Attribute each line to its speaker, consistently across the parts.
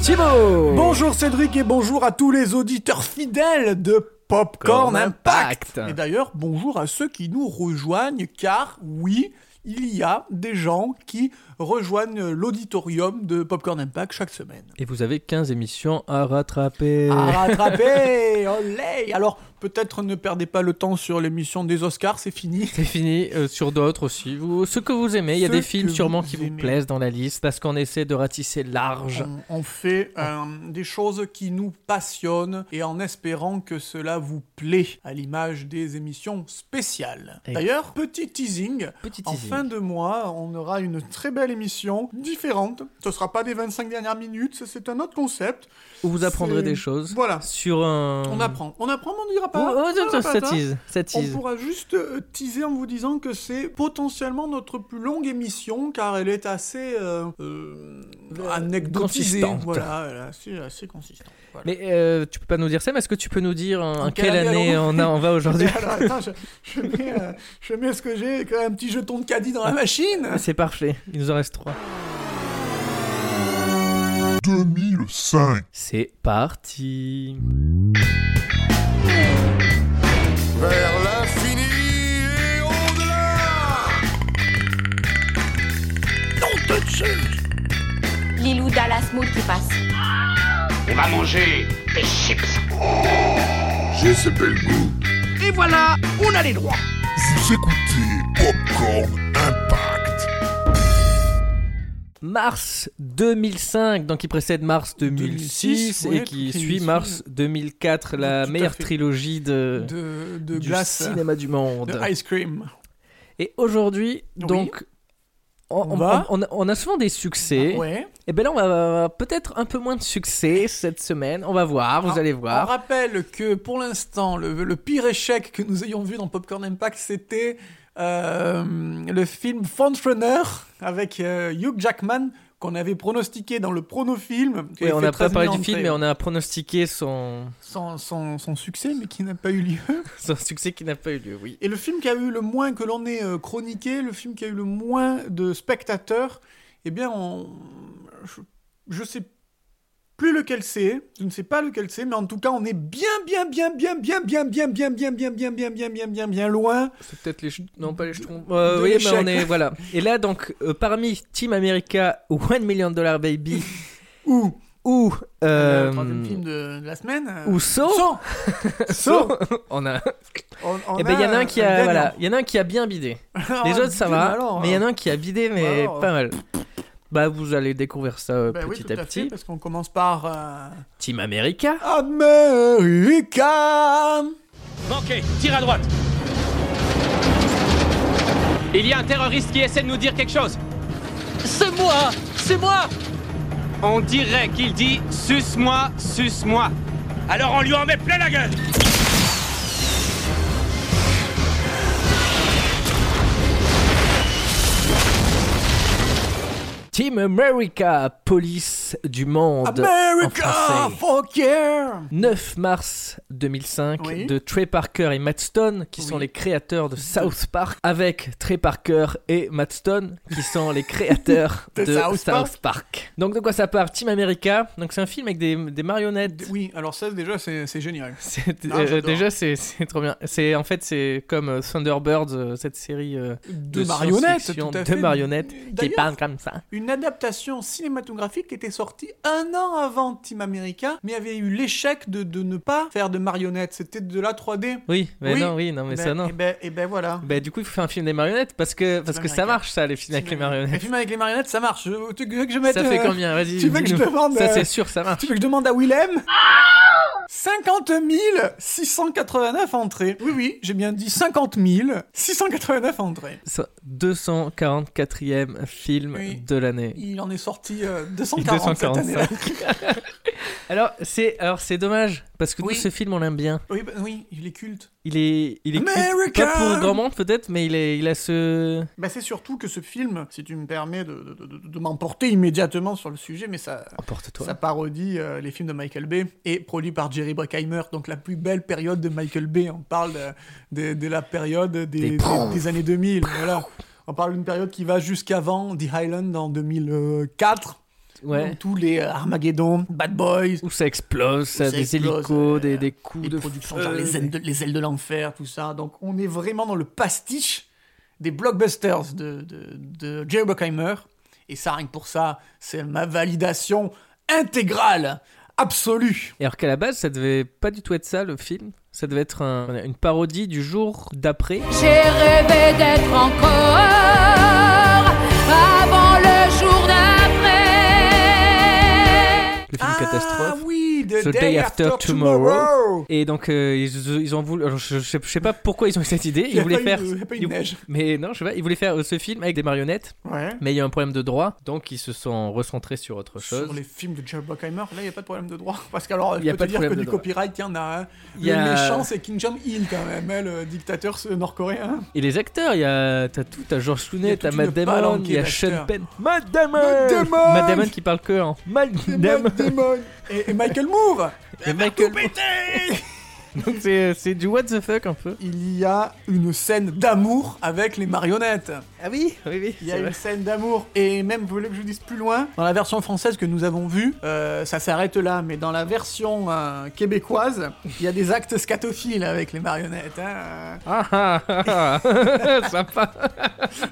Speaker 1: Thibaut
Speaker 2: Bonjour Cédric et bonjour à tous les auditeurs fidèles de Popcorn
Speaker 1: Popcorn Impact.
Speaker 2: Impact. Et d'ailleurs, bonjour à ceux qui nous rejoignent car oui, il y a des gens qui rejoignent l'auditorium de Popcorn Impact chaque semaine.
Speaker 1: Et vous avez 15 émissions à rattraper.
Speaker 2: À rattraper Olé Alors, peut-être ne perdez pas le temps sur l'émission des Oscars, c'est fini.
Speaker 1: C'est fini, euh, sur d'autres aussi. Vous, ce que vous aimez, il y a
Speaker 2: Ce
Speaker 1: des films
Speaker 2: que
Speaker 1: sûrement
Speaker 2: vous
Speaker 1: qui vous
Speaker 2: aimez.
Speaker 1: plaisent dans la liste parce qu'on essaie de ratisser large.
Speaker 2: On, on fait euh, des choses qui nous passionnent et en espérant que cela vous plaît, à l'image des émissions spéciales.
Speaker 1: Et-
Speaker 2: D'ailleurs, petit teasing,
Speaker 1: Petit
Speaker 2: en
Speaker 1: teasing.
Speaker 2: fin de mois, on aura une très belle émission, différente. Ce sera pas des 25 dernières minutes, c'est un autre concept.
Speaker 1: Où vous apprendrez
Speaker 2: c'est-
Speaker 1: des choses
Speaker 2: Voilà.
Speaker 1: sur un.
Speaker 2: On apprend. On apprend, mais on ne dira
Speaker 1: Oh,
Speaker 2: pas.
Speaker 1: oh,
Speaker 2: On
Speaker 1: ça,
Speaker 2: dira
Speaker 1: ça
Speaker 2: pas, ça.
Speaker 1: tease, ça
Speaker 2: On
Speaker 1: tease.
Speaker 2: pourra juste euh, teaser en vous disant que c'est potentiellement notre plus longue émission car elle est assez euh, euh, anecdotisée.
Speaker 1: consistante.
Speaker 2: Voilà, elle est assez, assez consistante. Voilà.
Speaker 1: Mais euh, tu peux pas nous dire ça, mais est-ce que tu peux nous dire euh, en, en
Speaker 2: quelle
Speaker 1: quelle
Speaker 2: année
Speaker 1: année on, a- on va aujourd'hui
Speaker 2: Mais alors, attends, je, je mets, euh, je mets ce que j'ai, un petit jeton de caddie dans la machine.
Speaker 1: C'est parfait, il nous en reste trois.
Speaker 3: 2005.
Speaker 1: C'est parti.
Speaker 3: Vers l'infini et au-delà
Speaker 4: Lilou Dallas Mood qui passe.
Speaker 5: On va manger des chips.
Speaker 3: J'ai ce bel goût.
Speaker 5: Et voilà, on a les droits.
Speaker 3: Vous écoutez Popcorn Impact.
Speaker 1: Mars 2005, donc qui précède Mars 2006,
Speaker 2: 2006,
Speaker 1: et
Speaker 2: ouais,
Speaker 1: qui
Speaker 2: qui
Speaker 1: suit
Speaker 2: suit-
Speaker 1: Mars 2004, la
Speaker 2: Tout à
Speaker 1: meilleure
Speaker 2: fait.
Speaker 1: trilogie de,
Speaker 2: De, de
Speaker 1: Euh, du
Speaker 2: glace,
Speaker 1: cinéma du monde.
Speaker 2: de ice cream.
Speaker 1: Et aujourd'hui,
Speaker 2: Oui.
Speaker 1: donc, on,
Speaker 2: On
Speaker 1: on-
Speaker 2: va Ah,
Speaker 1: on- on a, on a souvent des succès.
Speaker 2: Ouais.
Speaker 1: Et bien là, on va avoir peut-être un peu moins de succès cette semaine. On va voir, vous
Speaker 2: Ah,
Speaker 1: allez
Speaker 2: On
Speaker 1: voir.
Speaker 2: rappelle que pour l'instant, le, le pire échec que nous ayons vu dans Popcorn Impact, c'était euh, le film Frontrunner avec euh, Hugh Jackman qu'on avait pronostiqué dans le pronofilm. qui
Speaker 1: Oui,
Speaker 2: avait
Speaker 1: on
Speaker 2: fait
Speaker 1: n'a pas
Speaker 2: 13
Speaker 1: parlé
Speaker 2: millions
Speaker 1: du film,
Speaker 2: d'entrées.
Speaker 1: mais on a pronostiqué son,
Speaker 2: Son, son- son succès, mais qui n'a pas eu lieu.
Speaker 1: son succès qui n'a pas eu lieu, oui.
Speaker 2: Et le film qui a eu le moins que l'on ait euh, chroniqué, le film qui a eu le moins de spectateurs, eh bien, on... je, je sais plus lequel c'est, je ne sais pas lequel c'est, mais en tout cas, on est bien, bien, bien, bien, bien, bien, bien, bien, bien, bien, bien, bien, bien, bien, bien, bien loin.
Speaker 1: C'est peut-être les... ch- Non, pas les Schtroumpfs.
Speaker 2: de
Speaker 1: oui, mais
Speaker 2: l'échec.
Speaker 1: on est... Voilà. Et là, donc, euh, parmi Team America, One Million Dollar Baby,
Speaker 2: Ou
Speaker 1: ou...
Speaker 2: le
Speaker 1: Euh,
Speaker 2: troisième film de de la semaine. euh,
Speaker 1: ou So,
Speaker 2: Saw. Saw.
Speaker 1: on a...
Speaker 2: On- on
Speaker 1: Eh ben, il y en a un qui a...
Speaker 2: gagnant.
Speaker 1: Voilà. Il y en a un qui a bien bidé. Les
Speaker 2: Ah,
Speaker 1: autres, ça
Speaker 2: Dieu,
Speaker 1: va.
Speaker 2: alors,
Speaker 1: mais il y en a un qui a vidé, mais
Speaker 2: alors.
Speaker 1: pas mal. Bah, vous allez découvrir ça euh,
Speaker 2: Ben oui,
Speaker 1: petit
Speaker 2: tout
Speaker 1: à
Speaker 2: à fait,
Speaker 1: petit.
Speaker 2: parce qu'on commence par... euh,
Speaker 1: Team America.
Speaker 2: America
Speaker 6: Manqué, tire à droite. Il y a un terroriste qui essaie de nous dire quelque chose. C'est moi C'est moi On dirait qu'il dit suce-moi, suce-moi. Alors on lui en met plein la gueule
Speaker 1: Team America, police du monde. en
Speaker 2: America,
Speaker 1: français.
Speaker 2: fuck yeah
Speaker 1: 9 mars 2005
Speaker 2: Oui.
Speaker 1: de Trey Parker et Matt Stone qui sont
Speaker 2: Oui.
Speaker 1: les créateurs de South Park avec Trey Parker et Matt Stone qui sont les créateurs de,
Speaker 2: De
Speaker 1: South,
Speaker 2: South Park.
Speaker 1: Park. Donc de quoi ça part Team America. Donc c'est un film avec des, des marionnettes.
Speaker 2: Oui, alors ça déjà c'est c'est génial.
Speaker 1: C'est-
Speaker 2: Ah,
Speaker 1: euh,
Speaker 2: j'adore.
Speaker 1: déjà c'est c'est trop bien. C'est en fait c'est comme euh, Thunderbirds euh, cette série euh,
Speaker 2: De,
Speaker 1: de
Speaker 2: marionnettes,
Speaker 1: science-fiction,
Speaker 2: tout à
Speaker 1: de
Speaker 2: fait.
Speaker 1: marionnettes qui
Speaker 2: D'ailleurs,
Speaker 1: parle comme ça.
Speaker 2: une adaptation cinématographique qui était sortie un an avant Team America, mais avait eu l'échec de, de ne pas faire de marionnettes. C'était de la 3D.
Speaker 1: Oui, mais
Speaker 2: Oui.
Speaker 1: non, oui, non, mais ça non.
Speaker 2: Et ben, eh ben voilà.
Speaker 1: Bah, du coup, il faut faire un film des marionnettes parce que parce que ça
Speaker 2: Américain.
Speaker 1: marche ça les films avec
Speaker 2: Les
Speaker 1: les marionnettes.
Speaker 2: films avec les marionnettes, ça marche. Je- Tu veux que je mette
Speaker 1: Ça fait
Speaker 2: euh,
Speaker 1: combien Vas-y.
Speaker 2: tu veux que je
Speaker 1: dis-nous.
Speaker 2: demande,
Speaker 1: Ça
Speaker 2: euh,
Speaker 1: c'est sûr, ça marche.
Speaker 2: Tu veux que je demande à Willem 50 689 entrées. Oui, oui, j'ai bien dit 50 689 entrées.
Speaker 1: Ça- 244e film
Speaker 2: Oui.
Speaker 1: de l'année.
Speaker 2: Il en est sorti euh, 240 cette
Speaker 1: 245.
Speaker 2: année-là.
Speaker 1: Alors c'est alors c'est dommage parce que
Speaker 2: Oui.
Speaker 1: nous ce film on l'aime bien.
Speaker 2: Oui, bah oui, il est culte.
Speaker 1: Il est il est culte,
Speaker 2: America.
Speaker 1: pas pour grand monde peut-être, mais il est il a ce
Speaker 2: Bah, c'est surtout que ce film, si tu me permets de, de- de- de m'emporter immédiatement sur le sujet, mais ça,
Speaker 1: emporte-toi.
Speaker 2: ça parodie euh, les films de Michael Bay et produit par Jerry Bruckheimer, donc la plus belle période de Michael Bay. On parle de, de- de la période des, des- des années 2000. voilà. On parle d'une période qui va jusqu'avant The Highland en 2004.
Speaker 1: Ouais.
Speaker 2: euh, Donc, tous les euh, Armageddon, Bad Boys,
Speaker 1: Où ça explose, ça,
Speaker 2: ça
Speaker 1: des
Speaker 2: explose,
Speaker 1: hélicos,
Speaker 2: euh,
Speaker 1: des, des coups
Speaker 2: les
Speaker 1: de
Speaker 2: productions,
Speaker 1: feu,
Speaker 2: genre les
Speaker 1: des-
Speaker 2: ailes de, les ailes de l'enfer, tout ça. Donc on est vraiment dans le pastiche des blockbusters de, de, de Jerry Bruckheimer. Et ça, rien que pour ça, c'est ma validation intégrale, absolue.
Speaker 1: Et alors qu'à la base, ça devait pas du tout être ça le film. Ça devait être un- une parodie du jour d'après.
Speaker 7: J'ai rêvé d'être encore avant le jour d'après.
Speaker 1: Le film
Speaker 2: Ah
Speaker 1: catastrophe.
Speaker 2: oui, The,
Speaker 1: The
Speaker 2: Day, After, Tomorrow.
Speaker 1: Et donc euh, ils, ils ont voulu. alors, je, je sais- je sais pas pourquoi ils ont eu cette idée.
Speaker 2: y
Speaker 1: Ils
Speaker 2: a
Speaker 1: voulaient
Speaker 2: pas eu
Speaker 1: faire.
Speaker 2: de- il y a pas eu de
Speaker 1: ils-
Speaker 2: neige.
Speaker 1: Mais non, je sais pas. Ils voulaient faire euh, ce film avec des marionnettes,
Speaker 2: Ouais.
Speaker 1: mais il y a eu un problème de droit, donc ils se sont recentrés sur autre chose.
Speaker 2: Sur les films de Jerry Bruckheimer, là, il n'y a pas de problème de droit. Parce qu'alors,
Speaker 1: Y a
Speaker 2: je peux
Speaker 1: pas
Speaker 2: te
Speaker 1: de
Speaker 2: dire que
Speaker 1: problème de
Speaker 2: du
Speaker 1: droit.
Speaker 2: copyright, il y en a un.
Speaker 1: Y a-
Speaker 2: Le méchant, c'est Kim Jong-il, quand même, hein, le dictateur euh, nord-coréen.
Speaker 1: Et les acteurs, il y a t'as tout, t'as George
Speaker 2: Il y
Speaker 1: Clooney,
Speaker 2: a
Speaker 1: t'as
Speaker 2: toute
Speaker 1: Matt
Speaker 2: une
Speaker 1: Damon,
Speaker 2: palanquée
Speaker 1: il y a
Speaker 2: d'acteurs.
Speaker 1: Sean Penn, Matt Damon, Matt Damon qui parle que en Matt Damon.
Speaker 2: Et, et Michael Moore
Speaker 1: Et Michael. Donc c'est c'est du what the fuck un peu.
Speaker 2: Il y a une scène d'amour avec les marionnettes.
Speaker 1: Ah oui, oui, oui.
Speaker 2: Il y a une scène d'amour. Et même, vous voulez que je vous dise plus loin Dans la version française que nous avons vue, euh, ça s'arrête là. Mais dans la version euh, québécoise, il y a des actes scatophiles avec les marionnettes. hein.
Speaker 1: Ah ah ah ah. Sympa.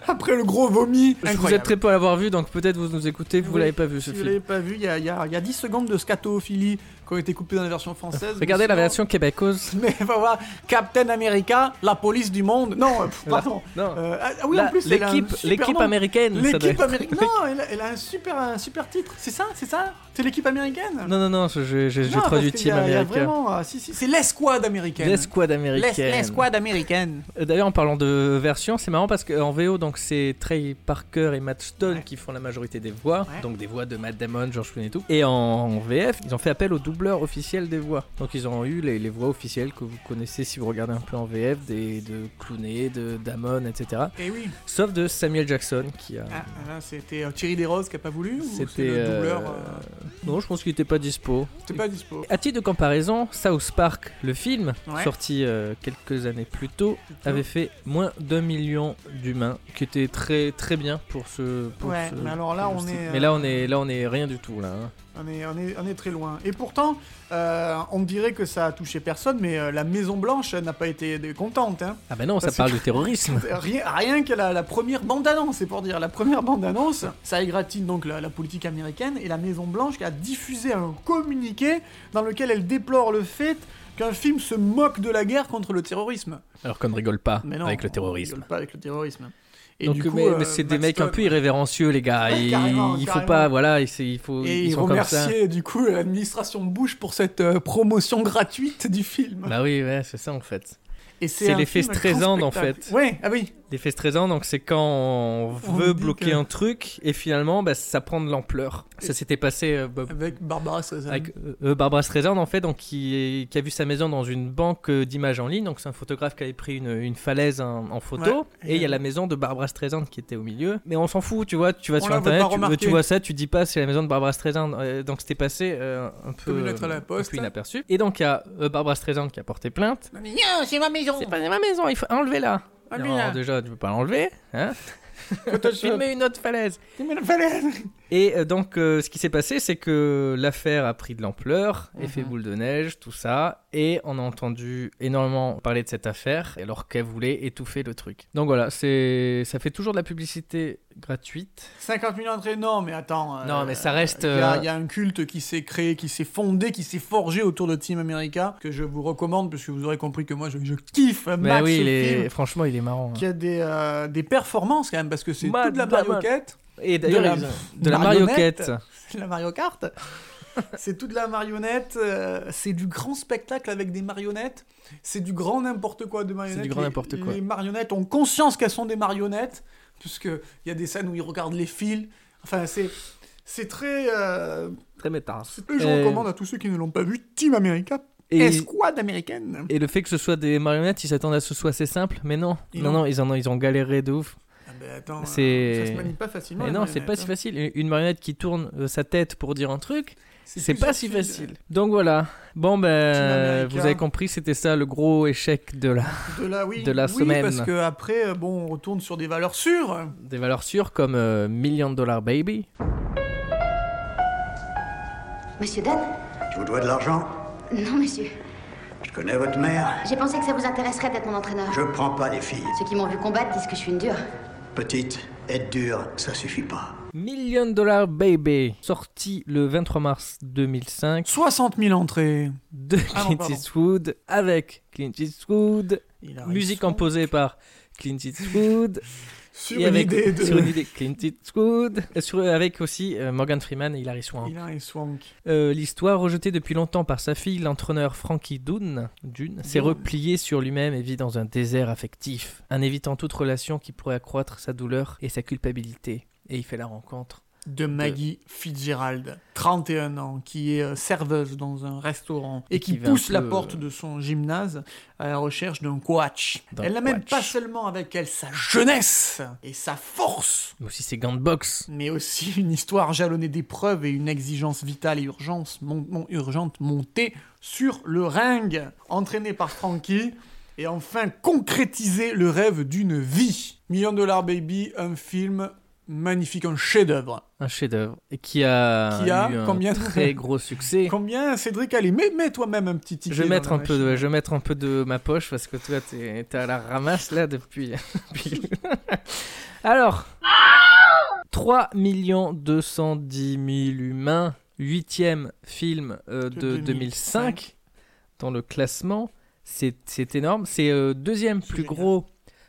Speaker 2: Après le gros vomi.
Speaker 1: Je vous êtes
Speaker 2: Incroyable.
Speaker 1: très peu à l'avoir vu, donc peut-être vous nous écoutez, vous
Speaker 2: Oui,
Speaker 1: l'avez pas vu ce
Speaker 2: Si vous
Speaker 1: film.
Speaker 2: l'avez pas vu, il y, a- il y a il y a 10 secondes de scatophilie qui ont été coupées dans la version française.
Speaker 1: Regardez
Speaker 2: mais
Speaker 1: la
Speaker 2: sinon-
Speaker 1: version québécoise.
Speaker 2: Mais va voir Captain America, la police du monde. Non, euh, pff, pardon.
Speaker 1: Non.
Speaker 2: Euh, ah ah oui,
Speaker 1: La-
Speaker 2: en plus, elle a un
Speaker 1: l'équipe,
Speaker 2: super
Speaker 1: l'équipe
Speaker 2: nom.
Speaker 1: américaine. ça doit
Speaker 2: L'équipe
Speaker 1: être.
Speaker 2: américaine. Non, elle a, elle a un super, un super titre. C'est ça, c'est ça. C'est l'équipe américaine.
Speaker 1: Non, non, non, je- je- je- j'ai
Speaker 2: Non, parce
Speaker 1: traduit
Speaker 2: qu'il y
Speaker 1: Team
Speaker 2: a- il y a
Speaker 1: américain.
Speaker 2: vraiment, ah, si, si, c'est l'escouade américaine.
Speaker 1: L'escouade
Speaker 2: L'es-
Speaker 1: américaine.
Speaker 2: L'escouade américaine.
Speaker 1: Euh, D'ailleurs, en parlant de version, c'est marrant parce qu'en VO, donc c'est Trey Parker et Matt Stone
Speaker 2: Ouais.
Speaker 1: qui font la majorité des voix,
Speaker 2: Ouais.
Speaker 1: donc des voix de Matt Damon, George Clooney et tout. Et en, en VF, ils ont fait appel au doubleur officiel des voix. Donc ils ont eu les, les voix officielles que vous connaissez si vous regardez un peu en VF, des, de Clooney, de Damon, etc.
Speaker 2: Et oui.
Speaker 1: Sauf de Samuel Jackson qui a.
Speaker 2: Ah, là, c'était euh, Thierry Desroses qui a pas voulu. ou c'est
Speaker 1: C'était,
Speaker 2: le doubleur.
Speaker 1: euh,
Speaker 2: euh,
Speaker 1: Non, je pense qu'il était pas dispo.
Speaker 2: C'était pas dispo.
Speaker 1: À titre de comparaison, South Park, le film,
Speaker 2: Ouais.
Speaker 1: sorti euh, quelques années plus tôt, avait fait moins d'un million d'humains, qui était très très bien pour ce. pour
Speaker 2: Ouais,
Speaker 1: ce-
Speaker 2: mais alors là,
Speaker 1: pour
Speaker 2: on
Speaker 1: ce-
Speaker 2: est,
Speaker 1: Mais là
Speaker 2: euh,
Speaker 1: on est là on est rien du tout là. hein.
Speaker 2: On est, on, est, on est très loin. Et pourtant, euh, on dirait que ça a touché personne, mais euh, la Maison Blanche n'a pas été contente. Hein.
Speaker 1: Ah bah non, ça
Speaker 2: Parce
Speaker 1: parle
Speaker 2: que-
Speaker 1: du terrorisme.
Speaker 2: Rien, rien que la, la première bande-annonce, c'est pour dire. La première bande-annonce, ça égratine donc la, la politique américaine et la Maison-Blanche a diffusé un communiqué dans lequel elle déplore le fait qu'un film se moque de la guerre contre le terrorisme.
Speaker 1: Alors qu'on ne rigole pas
Speaker 2: Mais non,
Speaker 1: avec le
Speaker 2: on
Speaker 1: terrorisme.
Speaker 2: rigole Pas avec le terrorisme. Et
Speaker 1: Donc
Speaker 2: du coup,
Speaker 1: mais,
Speaker 2: euh,
Speaker 1: mais c'est des
Speaker 2: Matt
Speaker 1: mecs un
Speaker 2: Stone-
Speaker 1: peu irrévérencieux les gars.
Speaker 2: Ouais,
Speaker 1: ils,
Speaker 2: carrément,
Speaker 1: il faut
Speaker 2: carrément.
Speaker 1: pas voilà ils- il faut
Speaker 2: Et
Speaker 1: ils
Speaker 2: ils
Speaker 1: sont comme ça.
Speaker 2: remerciaient du coup l'administration Bush pour cette euh, promotion gratuite du film.
Speaker 1: Bah oui ouais c'est ça en fait.
Speaker 2: Et
Speaker 1: C'est
Speaker 2: un
Speaker 1: l'effet
Speaker 2: film
Speaker 1: Streisand,
Speaker 2: grand
Speaker 1: en
Speaker 2: spectacle.
Speaker 1: fait.
Speaker 2: Ouais, ah oui.
Speaker 1: L'effet stressant, donc c'est quand on
Speaker 2: On
Speaker 1: veut
Speaker 2: dit
Speaker 1: bloquer
Speaker 2: que-
Speaker 1: un truc et finalement bah, ça prend de l'ampleur. Ça s'était passé euh, bah,
Speaker 2: Avec Barbara Streisand.
Speaker 1: avec euh, Barbara Streisand en fait, donc qui, est- qui a vu sa maison dans une banque euh, d'images en ligne. Donc c'est un photographe qui avait pris une, une falaise en, en photo
Speaker 2: Ouais.
Speaker 1: et il y a la maison de Barbara Streisand qui était au milieu. Mais on s'en fout, tu vois, tu vas
Speaker 2: On
Speaker 1: sur
Speaker 2: la veut
Speaker 1: internet,
Speaker 2: pas
Speaker 1: tu- euh, tu,
Speaker 2: remarquer.
Speaker 1: vois ça, tu dis pas c'est la maison de Barbara Streisand. Euh, donc c'était passé euh, un peu
Speaker 2: Comme une lettre à la
Speaker 1: euh, un
Speaker 2: poste.
Speaker 1: peu inaperçu. Et donc il y a euh, Barbara Streisand qui a porté plainte.
Speaker 4: Non, c'est ma maison.
Speaker 1: C'est pas ma maison, il faut enlever là.
Speaker 2: Enlevez-la.
Speaker 1: Alors, déjà, tu peux pas l'enlever, hein
Speaker 2: Photoshop.
Speaker 1: il met une autre falaise.
Speaker 2: Tu mets la falaise.
Speaker 1: Et euh, donc, euh, ce qui s'est passé, c'est que l'affaire a pris de l'ampleur, effet boule de neige, tout ça, et on a entendu énormément parler de cette affaire, alors qu'elle voulait étouffer le truc. Donc voilà, c'est, ça fait toujours de la publicité gratuite.
Speaker 2: 50 millions d'entrées, non, mais attends. euh,
Speaker 1: Non, mais ça reste,
Speaker 2: Il y, a-
Speaker 1: euh,
Speaker 2: il y a un culte qui s'est créé, qui s'est fondé, qui s'est forgé autour de Team America, que je vous recommande, parce que vous aurez compris que moi, je, je kiffe
Speaker 1: euh, Mais
Speaker 2: Max
Speaker 1: oui,
Speaker 2: ce
Speaker 1: il est-
Speaker 2: film.
Speaker 1: franchement, il est marrant. hein.
Speaker 2: Qui a des, euh, des performances quand même, parce que c'est
Speaker 1: Mad
Speaker 2: toute la
Speaker 1: Damon.
Speaker 2: marioquette.
Speaker 1: Et d'ailleurs,
Speaker 2: la-
Speaker 1: ils ont- de la,
Speaker 2: marionnette.
Speaker 1: marioquette.
Speaker 2: C'est la Mario Kart. c'est toute la marionnette. euh, c'est du grand spectacle avec des marionnettes. C'est du grand n'importe quoi de marionnettes.
Speaker 1: du grand
Speaker 2: Les-
Speaker 1: n'importe quoi.
Speaker 2: Les marionnettes ont conscience qu'elles sont des marionnettes, puisque il y a des scènes où ils regardent les fils. Enfin, c'est c'est très. euh,
Speaker 1: Très méta.
Speaker 2: c'est- je
Speaker 1: Euh,
Speaker 2: recommande à tous ceux qui ne l'ont pas vu Team America,
Speaker 1: Et-
Speaker 2: Esquad américaine.
Speaker 1: Et le fait que ce soit des marionnettes, ils s'attendent à ce que ce soit assez simple, mais non.
Speaker 2: Et
Speaker 1: non,
Speaker 2: non.
Speaker 1: non, ils, en ont, ils ont galéré de ouf.
Speaker 2: Ah ben attends,
Speaker 1: c'est-
Speaker 2: euh, ça se manie pas facilement. hein.
Speaker 1: Mais
Speaker 2: les
Speaker 1: non, c'est pas si
Speaker 2: marionnettes,
Speaker 1: facile. Une- Une marionnette qui tourne euh, sa tête pour dire un truc,
Speaker 2: hein.
Speaker 1: c'est
Speaker 2: plus
Speaker 1: pas si
Speaker 2: subtil.
Speaker 1: facile. Donc voilà. Bon ben,
Speaker 2: Américain.
Speaker 1: vous avez compris, c'était ça le gros échec de la
Speaker 2: De la, oui,
Speaker 1: De la
Speaker 2: oui,
Speaker 1: semaine.
Speaker 2: parce que après, euh, bon, on retourne sur des valeurs sûres.
Speaker 1: des valeurs sûres comme euh, Million Dollar Baby.
Speaker 4: Monsieur Dan
Speaker 8: Je vous dois de l'argent
Speaker 4: Non, monsieur.
Speaker 8: Je connais votre mère.
Speaker 4: J'ai pensé que ça vous intéresserait d'être mon entraîneur.
Speaker 8: Je prends pas les filles.
Speaker 4: Ceux qui m'ont vu combattre disent que je suis une dure.
Speaker 8: Petite, être dure, ça suffit pas.
Speaker 1: Million Dollar Baby, sorti le 23 mars 2005
Speaker 2: 60 000 entrées.
Speaker 1: de
Speaker 2: Ah non,
Speaker 1: Clint
Speaker 2: pardon.
Speaker 1: Eastwood avec Clint Eastwood,
Speaker 2: Il arrive
Speaker 1: musique
Speaker 2: sur-
Speaker 1: composée par Clint Eastwood
Speaker 2: Sur
Speaker 1: et
Speaker 2: une
Speaker 1: avec,
Speaker 2: idée de...
Speaker 1: sur une idée de Clint Eastwood, et sur- avec aussi euh, Morgan Freeman et Hilary Swank.
Speaker 2: Il a un swank.
Speaker 1: Euh, L'histoire, rejetée depuis longtemps par sa fille, l'entraîneur Frankie Dune, Dune s'est
Speaker 2: Dune.
Speaker 1: replié sur lui-même et vit dans un désert affectif, en évitant toute relation qui pourrait accroître sa douleur et sa culpabilité. Et il fait la rencontre.
Speaker 2: De Maggie Fitzgerald, 31 ans, qui est euh, serveuse dans un restaurant et,
Speaker 1: Et
Speaker 2: qui,
Speaker 1: qui va un
Speaker 2: pousse
Speaker 1: peu,
Speaker 2: la
Speaker 1: euh,
Speaker 2: porte de son gymnase à la recherche d'un coach.
Speaker 1: D'un
Speaker 2: Elle n'amène
Speaker 1: coach.
Speaker 2: pas seulement avec elle sa jeunesse et sa force,
Speaker 1: Mais euh, aussi ses gants de boxe.
Speaker 2: mais aussi une histoire jalonnée d'épreuves et une exigence vitale et urgence, mon- mon- urgente montée sur le ring, entraînée par Frankie, et enfin concrétiser le rêve d'une vie. Million Dollar Baby, un film magnifique, un chef-d'œuvre.
Speaker 1: Un chef-d'œuvre. Et qui a,
Speaker 2: Qui a
Speaker 1: eu un
Speaker 2: combien de-
Speaker 1: très gros succès.
Speaker 2: Combien Cédric Allais Mets, mets toi-même un petit ticket.
Speaker 1: Je vais,
Speaker 2: dans
Speaker 1: mettre
Speaker 2: la
Speaker 1: un peu de,
Speaker 2: machine.
Speaker 1: je vais mettre un peu de ma poche parce que toi, t'es t'es à la ramasse là depuis. depuis- Alors, 3 210 000 humains, huitième film euh,
Speaker 2: De
Speaker 1: de 2005 dans le classement. C'est c'est énorme. C'est euh, deuxième
Speaker 2: C'est
Speaker 1: plus
Speaker 2: génial.
Speaker 1: gros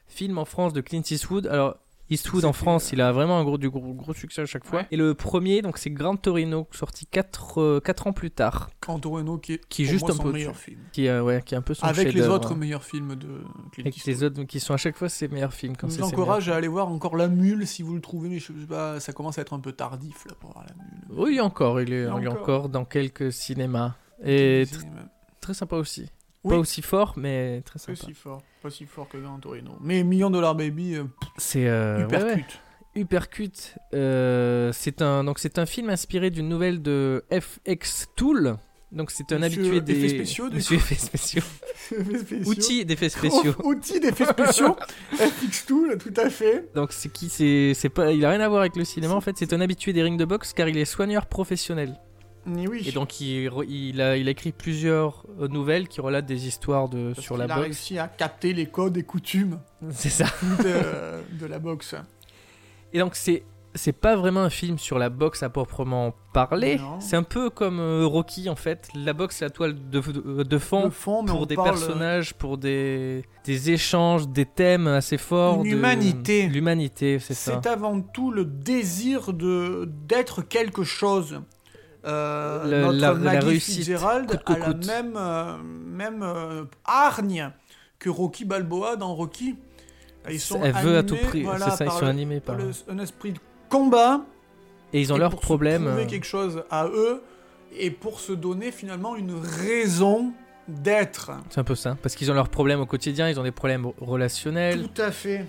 Speaker 1: film en France de Clint Eastwood. Alors, Eastwood
Speaker 2: C'était,
Speaker 1: en France, il a vraiment un gros, du gros, gros succès à chaque fois.
Speaker 2: Ouais.
Speaker 1: Et le premier, donc c'est Grand Torino, sorti 4, ans plus tard,
Speaker 2: Quentin Tarantino qui est,
Speaker 1: Qui est
Speaker 2: pour
Speaker 1: juste
Speaker 2: moi,
Speaker 1: un
Speaker 2: son
Speaker 1: peu
Speaker 2: meilleur
Speaker 1: au-dessus.
Speaker 2: film.
Speaker 1: qui, euh, ouais, qui est un peu son
Speaker 2: Avec les
Speaker 1: chef-d'œuvre,
Speaker 2: autres
Speaker 1: hein.
Speaker 2: meilleurs films de Clint
Speaker 1: avec les
Speaker 2: Eastwood.
Speaker 1: autres qui sont à chaque fois ses meilleurs films
Speaker 2: Je
Speaker 1: quand
Speaker 2: vous
Speaker 1: c'est ses
Speaker 2: encourage à aller voir encore La Mule si vous le trouvez, mais je sais pas, ça commence à être un peu tardif là pour voir La Mule.
Speaker 1: meilleurs. Oui, encore, il est,
Speaker 2: Il est
Speaker 1: il est
Speaker 2: encore.
Speaker 1: encore dans quelques cinémas. Et tr-
Speaker 2: C'est même
Speaker 1: très sympa aussi.
Speaker 2: Oui.
Speaker 1: Pas aussi fort, mais très
Speaker 2: Pas
Speaker 1: sympa.
Speaker 2: si fort, pas si fort que Gran Torino. Mais Million Dollar Baby, euh,
Speaker 1: C'est euh,
Speaker 2: hyper
Speaker 1: ouais, ouais,
Speaker 2: cute.
Speaker 1: Uppercut, euh, c'est un donc c'est un film inspiré d'une nouvelle de FX Tool. Donc c'est un
Speaker 2: Monsieur
Speaker 1: habitué des
Speaker 2: effets spéciaux, du
Speaker 1: Monsieur effets spéciaux.
Speaker 2: Effets spéciaux.
Speaker 1: outils d'effets spéciaux.
Speaker 2: Oh, outils d'effets spéciaux. FX Tool, tout à fait.
Speaker 1: Donc c'est qui c'est c'est pas il a rien à voir avec le cinéma en fait, c'est un habitué des rings de boxe car il est soigneur professionnel.
Speaker 2: Mais oui.
Speaker 1: Et donc il, re- il a, il a écrit plusieurs euh, nouvelles qui relatent des histoires de,
Speaker 2: parce
Speaker 1: sur
Speaker 2: qu'il
Speaker 1: la
Speaker 2: a
Speaker 1: boxe.
Speaker 2: réussi à capter les codes et coutumes
Speaker 1: C'est ça.
Speaker 2: de, de la boxe.
Speaker 1: Et donc c'est c'est pas vraiment un film sur la boxe à proprement parler.
Speaker 2: Non.
Speaker 1: C'est un peu comme euh, Rocky en fait. La boxe, c'est la toile de, de- de
Speaker 2: Le
Speaker 1: fond
Speaker 2: fond, mais on
Speaker 1: pour des
Speaker 2: parle- euh,
Speaker 1: personnages, pour des, des échanges, des thèmes assez forts.
Speaker 2: Une
Speaker 1: de-
Speaker 2: humanité.
Speaker 1: L'humanité, c'est ça.
Speaker 2: C'est avant tout le désir de d'être quelque chose. Euh,
Speaker 1: Le-
Speaker 2: notre
Speaker 1: la- la
Speaker 2: Maggie
Speaker 1: réussite,
Speaker 2: Fitzgerald
Speaker 1: coûte que
Speaker 2: a la
Speaker 1: coûte.
Speaker 2: même, euh, même euh, hargne que Rocky Balboa dans Rocky. Ils sont
Speaker 1: Elle veut à
Speaker 2: animés,
Speaker 1: tout prix.
Speaker 2: voilà,
Speaker 1: c'est ça, ils
Speaker 2: par
Speaker 1: sont
Speaker 2: le-
Speaker 1: animés
Speaker 2: par
Speaker 1: par.
Speaker 2: le- un esprit de combat.
Speaker 1: Et ils ont
Speaker 2: et
Speaker 1: leurs
Speaker 2: pour se
Speaker 1: problèmes.
Speaker 2: prouver
Speaker 1: euh,
Speaker 2: quelque chose à eux et pour se donner finalement une raison d'être.
Speaker 1: C'est un peu ça. Parce qu'ils ont leurs problèmes au quotidien, ils ont des problèmes relationnels.
Speaker 2: Tout à fait.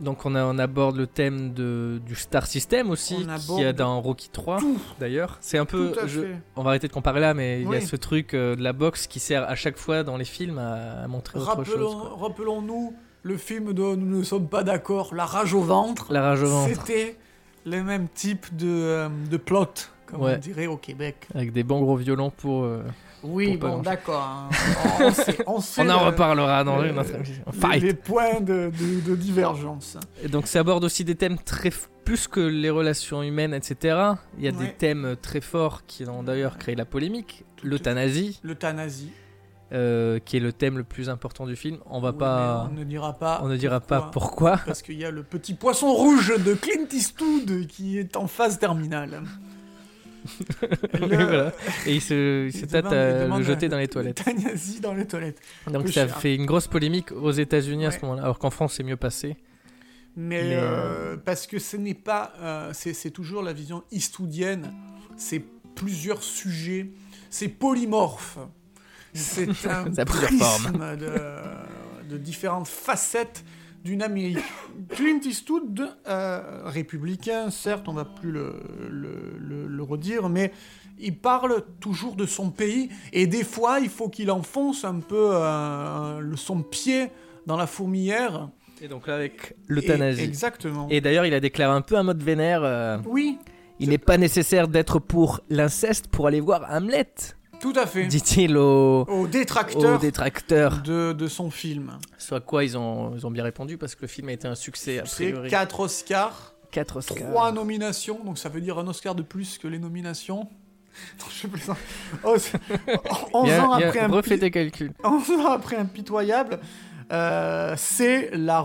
Speaker 1: Donc on, a- on aborde le thème de, du star system aussi,
Speaker 2: On
Speaker 1: qu'il y a
Speaker 2: aborde
Speaker 1: dans Rocky 3
Speaker 2: tout.
Speaker 1: d'ailleurs. C'est un peu...
Speaker 2: Tout à
Speaker 1: je-
Speaker 2: fait.
Speaker 1: on va arrêter de comparer là, mais il y a
Speaker 2: Oui.
Speaker 1: ce truc euh, de la boxe qui sert à chaque fois dans les films à, à montrer autre chose.
Speaker 2: Rappelons-
Speaker 1: quoi.
Speaker 2: Rappelons-nous le film de Nous ne sommes pas d'accord, La rage au ventre.
Speaker 1: La rage au ventre,
Speaker 2: C'était le même type de, euh, de plot, comme
Speaker 1: Ouais.
Speaker 2: on dirait au Québec.
Speaker 1: avec des bons gros violons pour... euh,
Speaker 2: Oui,
Speaker 1: Pour pas
Speaker 2: bon,
Speaker 1: grand-chose.
Speaker 2: d'accord. hein. On sait, on sait
Speaker 1: On en
Speaker 2: le-
Speaker 1: reparlera dans
Speaker 2: le-
Speaker 1: une autre émission.
Speaker 2: les-
Speaker 1: Fight
Speaker 2: Les points de, de- de divergence.
Speaker 1: Et Donc ça aborde aussi des thèmes très... f- Plus que les relations humaines, etc. Il y a des
Speaker 2: Ouais.
Speaker 1: thèmes très forts qui ont d'ailleurs créé la polémique.
Speaker 2: Tout à fait.
Speaker 1: L'euthanasie,
Speaker 2: L'euthanasie.
Speaker 1: euh, qui est le thème le plus important du film. On va
Speaker 2: Oui,
Speaker 1: pas...
Speaker 2: mais On ne dira pas.
Speaker 1: On ne dira pas pourquoi.
Speaker 2: Parce qu'il y a le petit poisson rouge de Clint Eastwood qui est en phase terminale.
Speaker 1: Oui, voilà. Et il se, il se
Speaker 2: Il
Speaker 1: tâte
Speaker 2: demande- il
Speaker 1: à
Speaker 2: demande
Speaker 1: le jeter
Speaker 2: la-
Speaker 1: dans les toilettes.
Speaker 2: l'euthanasie dans les toilettes.
Speaker 1: Donc
Speaker 2: peu
Speaker 1: ça
Speaker 2: cher.
Speaker 1: fait une grosse polémique aux États-Unis à ce
Speaker 2: Ouais.
Speaker 1: moment-là, alors qu'en France c'est mieux passé.
Speaker 2: Mais,
Speaker 1: Mais,
Speaker 2: euh, parce que ce n'est pas. euh, c'est c'est toujours la vision eastwoodienne. C'est plusieurs sujets. C'est polymorphe. C'est un
Speaker 1: Ça a plusieurs
Speaker 2: prisme de, de différentes facettes d'une Amérique. Clint Eastwood, euh, républicain, certes, on va plus le, le- le- le redire, mais il parle toujours de son pays et des fois, il faut qu'il enfonce un peu euh, le- son pied dans la fourmilière.
Speaker 1: Et donc là avec
Speaker 2: Et-
Speaker 1: l'euthanasie.
Speaker 2: Exactement.
Speaker 1: Et, d'ailleurs il a déclaré un peu un mode vénère. euh,
Speaker 2: Oui,
Speaker 1: Il n'est pas nécessaire d'être pour l'inceste pour aller voir Hamlet,
Speaker 2: Tout à fait.
Speaker 1: dit-il aux,
Speaker 2: Au
Speaker 1: aux
Speaker 2: détracteur
Speaker 1: détracteurs.
Speaker 2: de, de son film.
Speaker 1: Soit quoi, ils ont, ils ont bien répondu parce que le film a été un succès, a
Speaker 2: C'est
Speaker 1: priori.
Speaker 2: 4 Oscars.
Speaker 1: 4 Oscars.
Speaker 2: Trois nominations, donc ça veut dire un Oscar de plus que les nominations. Non, je plaisante. Oh, c'est- 11,
Speaker 1: Bien,
Speaker 2: ans
Speaker 1: bien,
Speaker 2: après un
Speaker 1: refais tes calculs.
Speaker 2: pi- 11 ans après Impitoyable, euh, c'est la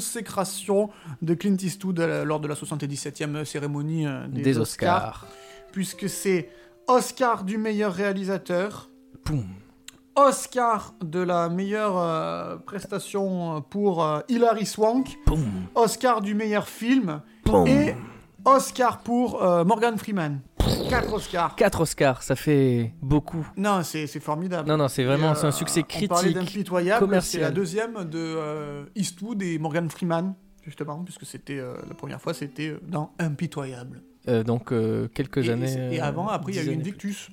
Speaker 2: reconsécration de Clint Eastwood euh, lors de la 77e cérémonie euh, des,
Speaker 1: Des,
Speaker 2: Oscars,
Speaker 1: Oscars.
Speaker 2: puisque c'est Oscar du meilleur réalisateur,
Speaker 1: Poum.
Speaker 2: Oscar de la meilleure euh, prestation euh, pour euh, Hilary Swank,
Speaker 1: Poum.
Speaker 2: Oscar du meilleur film
Speaker 1: Boum.
Speaker 2: et Oscar pour euh, Morgan Freeman. Quatre Oscars.
Speaker 1: 4 Oscars, ça fait beaucoup.
Speaker 2: Non, c'est c'est formidable.
Speaker 1: Non, non, c'est vraiment
Speaker 2: Et,
Speaker 1: c'est
Speaker 2: euh,
Speaker 1: un succès
Speaker 2: On parlait
Speaker 1: critique.
Speaker 2: d'Impitoyable, c'est
Speaker 1: commercial.
Speaker 2: la deuxième de euh, Eastwood et Morgan Freeman, justement, puisque c'était euh, la première fois, c'était euh, dans Impitoyable.
Speaker 1: Euh, donc euh, quelques
Speaker 2: Et,
Speaker 1: années.
Speaker 2: et- et
Speaker 1: euh,
Speaker 2: avant, après, il y a
Speaker 1: dix
Speaker 2: eu
Speaker 1: années.
Speaker 2: Invictus.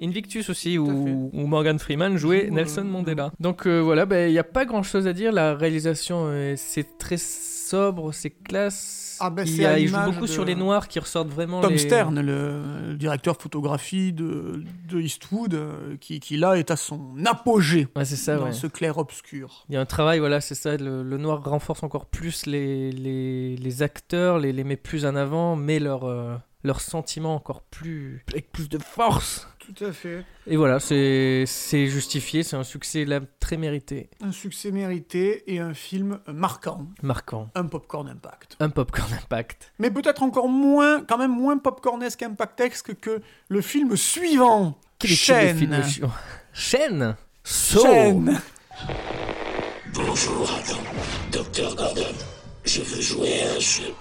Speaker 1: Invictus aussi,
Speaker 2: à
Speaker 1: où, où Morgan Freeman jouait
Speaker 2: Joue,
Speaker 1: Nelson
Speaker 2: euh,
Speaker 1: Mandela. Donc euh, voilà, ben, il n'y a pas grand chose à dire. La réalisation, euh, c'est très sobre, c'est classe.
Speaker 2: Ah ben,
Speaker 1: il,
Speaker 2: c'est
Speaker 1: y a-
Speaker 2: à
Speaker 1: il joue
Speaker 2: l'image
Speaker 1: beaucoup
Speaker 2: de-
Speaker 1: sur les noirs qui ressortent vraiment.
Speaker 2: Tom
Speaker 1: les-
Speaker 2: Stern, le, le directeur photographie de, de Eastwood, euh, qui, qui là est à son apogée
Speaker 1: Ouais, c'est ça,
Speaker 2: dans
Speaker 1: ouais.
Speaker 2: ce clair-obscur.
Speaker 1: Il y a un travail, voilà, c'est ça. Le, le noir renforce encore plus les, les, les acteurs, les, les met plus en avant, met leur, euh, leurs sentiments encore plus. avec plus de force.
Speaker 2: Tout à fait.
Speaker 1: Et voilà, c'est c'est justifié, c'est un succès là, très mérité,
Speaker 2: Un succès mérité et un film marquant.
Speaker 1: marquant.
Speaker 2: Un popcorn impact.
Speaker 1: Un popcorn impact.
Speaker 2: mais peut-être encore moins, quand même moins popcornesque Impactex que le film suivant,
Speaker 1: Quel est le
Speaker 2: Chaîne.
Speaker 1: film de chi- Chaîne So
Speaker 2: Chaîne.
Speaker 9: Bonjour, Adam. Docteur Gordon, je veux jouer à un jeu.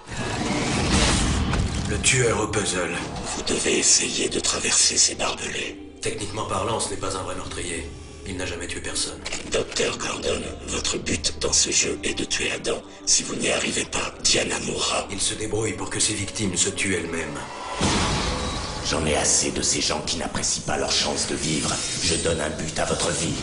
Speaker 8: Le tueur au puzzle.
Speaker 9: Vous devez essayer de traverser ces barbelés.
Speaker 8: Techniquement parlant, ce n'est pas un vrai meurtrier. Il n'a jamais tué personne.
Speaker 9: Docteur Gordon, votre but dans ce jeu est de tuer Adam. Si vous n'y arrivez pas, Diana mourra.
Speaker 8: Il se débrouille pour que ses victimes se tuent elles-mêmes.
Speaker 9: J'en ai assez de ces gens qui n'apprécient pas leur chance de vivre. Je donne un but à votre vie.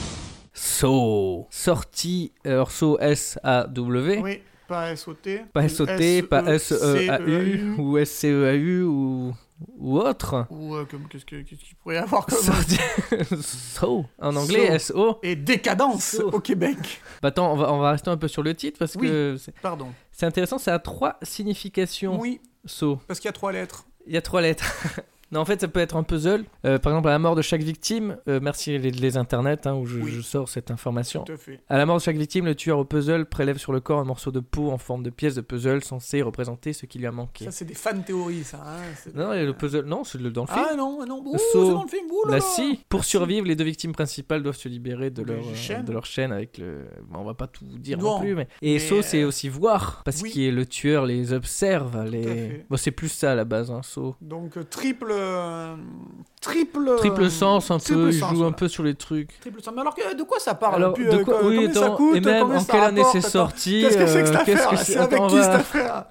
Speaker 1: So Sorti, euh, alors So S-A-W.
Speaker 2: Oui, pas SOT.
Speaker 1: Pas S-O-T, pas S-E-A-U,
Speaker 2: E S-E-A-U,
Speaker 1: ou S-C-E-A-U, ou, ou autre.
Speaker 2: Ou euh, comme- qu'est-ce que- qu'est-ce qu'il pourrait y avoir comme...
Speaker 1: Sorti... so, en anglais,
Speaker 2: So.
Speaker 1: S-O.
Speaker 2: Et décadence
Speaker 1: So.
Speaker 2: au Québec.
Speaker 1: Bah attends, on va, on va rester un peu sur le titre, parce
Speaker 2: Oui.
Speaker 1: que c'est-
Speaker 2: Pardon.
Speaker 1: c'est intéressant, ça a trois significations,
Speaker 2: Oui,
Speaker 1: So.
Speaker 2: parce qu'il y a trois lettres.
Speaker 1: Il y a trois lettres. non, en fait, ça peut être un puzzle. Euh, par exemple, à la mort de chaque victime, euh, merci les, les internets, hein, où je-
Speaker 2: Oui.
Speaker 1: je sors cette information.
Speaker 2: Tout à fait.
Speaker 1: À la mort de chaque victime, le tueur au puzzle prélève sur le corps un morceau de peau en forme de pièce de puzzle censée représenter ce qui lui a manqué.
Speaker 2: Ça, c'est des fan théories, ça. hein, c'est-
Speaker 1: non, et le puzzle, non, c'est le- dans le film.
Speaker 2: Ah non, non, ouh,
Speaker 1: So.
Speaker 2: c'est dans le film. ouh là
Speaker 1: Bah
Speaker 2: là.
Speaker 1: si, pour survivre, les deux victimes principales doivent se libérer de
Speaker 2: De
Speaker 1: leur, euh,
Speaker 2: chaîne.
Speaker 1: de leur chaîne avec le... bon, on va pas tout dire
Speaker 2: Non.
Speaker 1: non plus, mais... Et
Speaker 2: Mais,
Speaker 1: So, c'est
Speaker 2: euh,
Speaker 1: aussi voir, parce
Speaker 2: oui.
Speaker 1: que le tueur les observe, les...
Speaker 2: fait.
Speaker 1: Bon, c'est plus ça à la base, hein, So.
Speaker 2: Donc, euh, triple... euh, triple...
Speaker 1: Triple
Speaker 2: euh,
Speaker 1: sens, un
Speaker 2: triple
Speaker 1: peu, il
Speaker 2: sens,
Speaker 1: joue un
Speaker 2: voilà.
Speaker 1: peu sur les trucs.
Speaker 2: Triple sens. Mais alors, que- de quoi ça parle
Speaker 1: Alors,
Speaker 2: puis,
Speaker 1: de
Speaker 2: euh,
Speaker 1: quoi...
Speaker 2: co-
Speaker 1: oui,
Speaker 2: combien ça
Speaker 1: attends,
Speaker 2: coûte,
Speaker 1: et même,
Speaker 2: combien
Speaker 1: en
Speaker 2: ça
Speaker 1: quelle année
Speaker 2: rapporte,
Speaker 1: c'est
Speaker 2: attends.
Speaker 1: sorti
Speaker 2: Qu'est-ce que c'est que cette
Speaker 1: euh, qu'est-ce
Speaker 2: affaire
Speaker 1: que
Speaker 2: C'est
Speaker 1: c'est-
Speaker 2: avec
Speaker 1: Attends,
Speaker 2: qui
Speaker 1: on va-
Speaker 2: cette affaire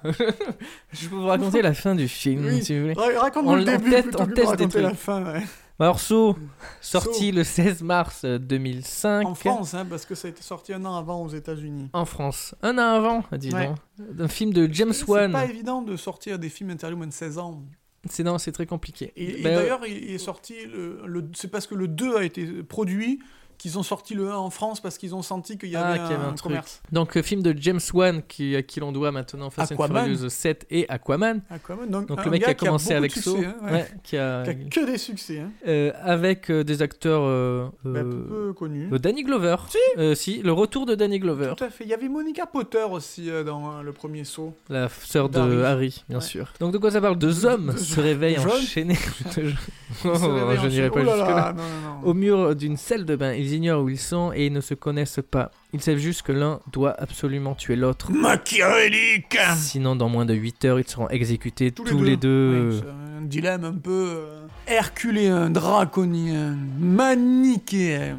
Speaker 1: Je peux vous raconter la fin du film,
Speaker 2: Oui.
Speaker 1: si vous voulez.
Speaker 2: Ra-
Speaker 1: On-
Speaker 2: Raconte-moi le
Speaker 1: on
Speaker 2: début
Speaker 1: teste-
Speaker 2: plutôt
Speaker 1: on
Speaker 2: que de
Speaker 1: teste des
Speaker 2: raconter la
Speaker 1: trucs.
Speaker 2: fin. ouais.
Speaker 1: Alors, So, sorti le 16 mars euh, 2005.
Speaker 2: En France, hein, parce que ça a été sorti un an avant aux États-Unis.
Speaker 1: En France. Un an avant, dis
Speaker 2: Ouais.
Speaker 1: donc. Un film de James
Speaker 2: C'est pas
Speaker 1: Wan.
Speaker 2: évident de sortir des films interview moins de 16 ans.
Speaker 1: C'est non, c'est très compliqué.
Speaker 2: Et, et
Speaker 1: Ben,
Speaker 2: d'ailleurs, il, il est sorti. Le, le- c'est parce que le 2 a été produit qu'ils ont sorti le 1 en France parce qu'ils ont senti qu'il y
Speaker 1: Ah,
Speaker 2: avait,
Speaker 1: qu'il y avait
Speaker 2: un,
Speaker 1: un truc.
Speaker 2: commerce.
Speaker 1: donc euh, film de James Wan qui à qui l'on doit maintenant Fast and
Speaker 2: Aquaman.
Speaker 1: Furious 7 et Aquaman.
Speaker 2: Aquaman, Ah, donc,
Speaker 1: Donc
Speaker 2: un
Speaker 1: le mec
Speaker 2: gars
Speaker 1: qui a commencé
Speaker 2: beaucoup
Speaker 1: avec
Speaker 2: de
Speaker 1: So,
Speaker 2: succès, hein, ouais.
Speaker 1: ouais, qui a-
Speaker 2: Qui a que des succès, hein.
Speaker 1: euh, avec euh, des acteurs euh,
Speaker 2: Bah,
Speaker 1: euh,
Speaker 2: peu connu.
Speaker 1: euh, Danny Glover. Si. si, le retour de Danny Glover,
Speaker 2: Tout à fait. Il y avait Monica Potter aussi euh, dans euh, le premier saut.
Speaker 1: la f- sœur de
Speaker 2: D'Harry.
Speaker 1: Harry, bien
Speaker 2: Ouais.
Speaker 1: sûr. Donc de quoi ça parle Deux hommes
Speaker 2: Deux
Speaker 1: se réveillent
Speaker 2: jeunes.
Speaker 1: enchaînés. Oh,
Speaker 2: Il se réveille
Speaker 1: je
Speaker 2: en
Speaker 1: n'irai
Speaker 2: chaîne.
Speaker 1: pas
Speaker 2: Oh là
Speaker 1: jusque-là.
Speaker 2: là, non, non, non.
Speaker 1: Au mur d'une salle de bain, ils ignorent où ils sont et ils ne se connaissent pas. Ils savent juste que l'un doit absolument tuer l'autre.
Speaker 2: Machiavélique
Speaker 1: Sinon, dans moins de 8 heures, ils seront exécutés tous, les deux. euh,
Speaker 2: Oui, c'est un dilemme un peu euh, herculéen, draconien, manichéen.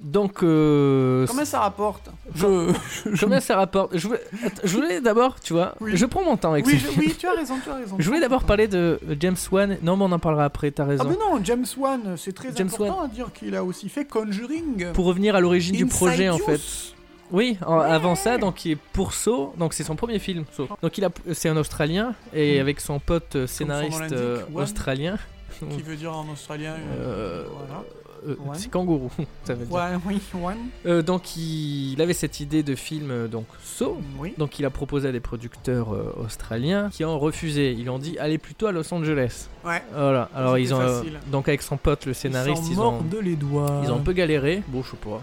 Speaker 1: Donc, euh,
Speaker 2: Comment ça rapporte je...
Speaker 1: c- combien ça rapporte je voulais, Attends, je voulais d'abord, tu vois,
Speaker 2: Oui.
Speaker 1: je prends mon temps avec
Speaker 2: Oui,
Speaker 1: ce
Speaker 2: je-
Speaker 1: film.
Speaker 2: oui, tu as raison, tu as raison.
Speaker 1: Je voulais d'abord parler de James Wan. Non, mais on en parlera après, t'as
Speaker 2: Ah
Speaker 1: raison.
Speaker 2: mais non, James Wan, c'est très
Speaker 1: James
Speaker 2: important à dire qu'il a aussi fait Conjuring.
Speaker 1: Pour revenir à l'origine du
Speaker 2: Inside
Speaker 1: projet, en fait.
Speaker 2: Use.
Speaker 1: Oui, en- avant ça, donc il est pour So, donc c'est son premier film. So. Donc il a, c'est un Australien
Speaker 2: Hmm.
Speaker 1: et avec son pote euh, scénariste
Speaker 2: l'indique,
Speaker 1: euh,
Speaker 2: One.
Speaker 1: australien,
Speaker 2: Qui veut dire en australien.
Speaker 1: Euh,
Speaker 2: Voilà.
Speaker 1: euh,
Speaker 2: One.
Speaker 1: c'est kangourou, ça veut dire.
Speaker 2: Ouais, oui, one.
Speaker 1: Euh, donc il, il avait cette idée de film euh, donc So.
Speaker 2: Oui.
Speaker 1: Donc il a proposé à des producteurs euh, australiens qui ont refusé. Ils ont dit allez plutôt à Los Angeles.
Speaker 2: Ouais.
Speaker 1: Voilà. Alors
Speaker 2: C'était
Speaker 1: ils ont euh,
Speaker 2: facile.
Speaker 1: donc avec son pote le scénariste
Speaker 2: ils
Speaker 1: ils,
Speaker 2: sont morts
Speaker 1: ont
Speaker 2: de les doigts.
Speaker 1: ils ont un peu galéré. Euh. Bon je sais pas.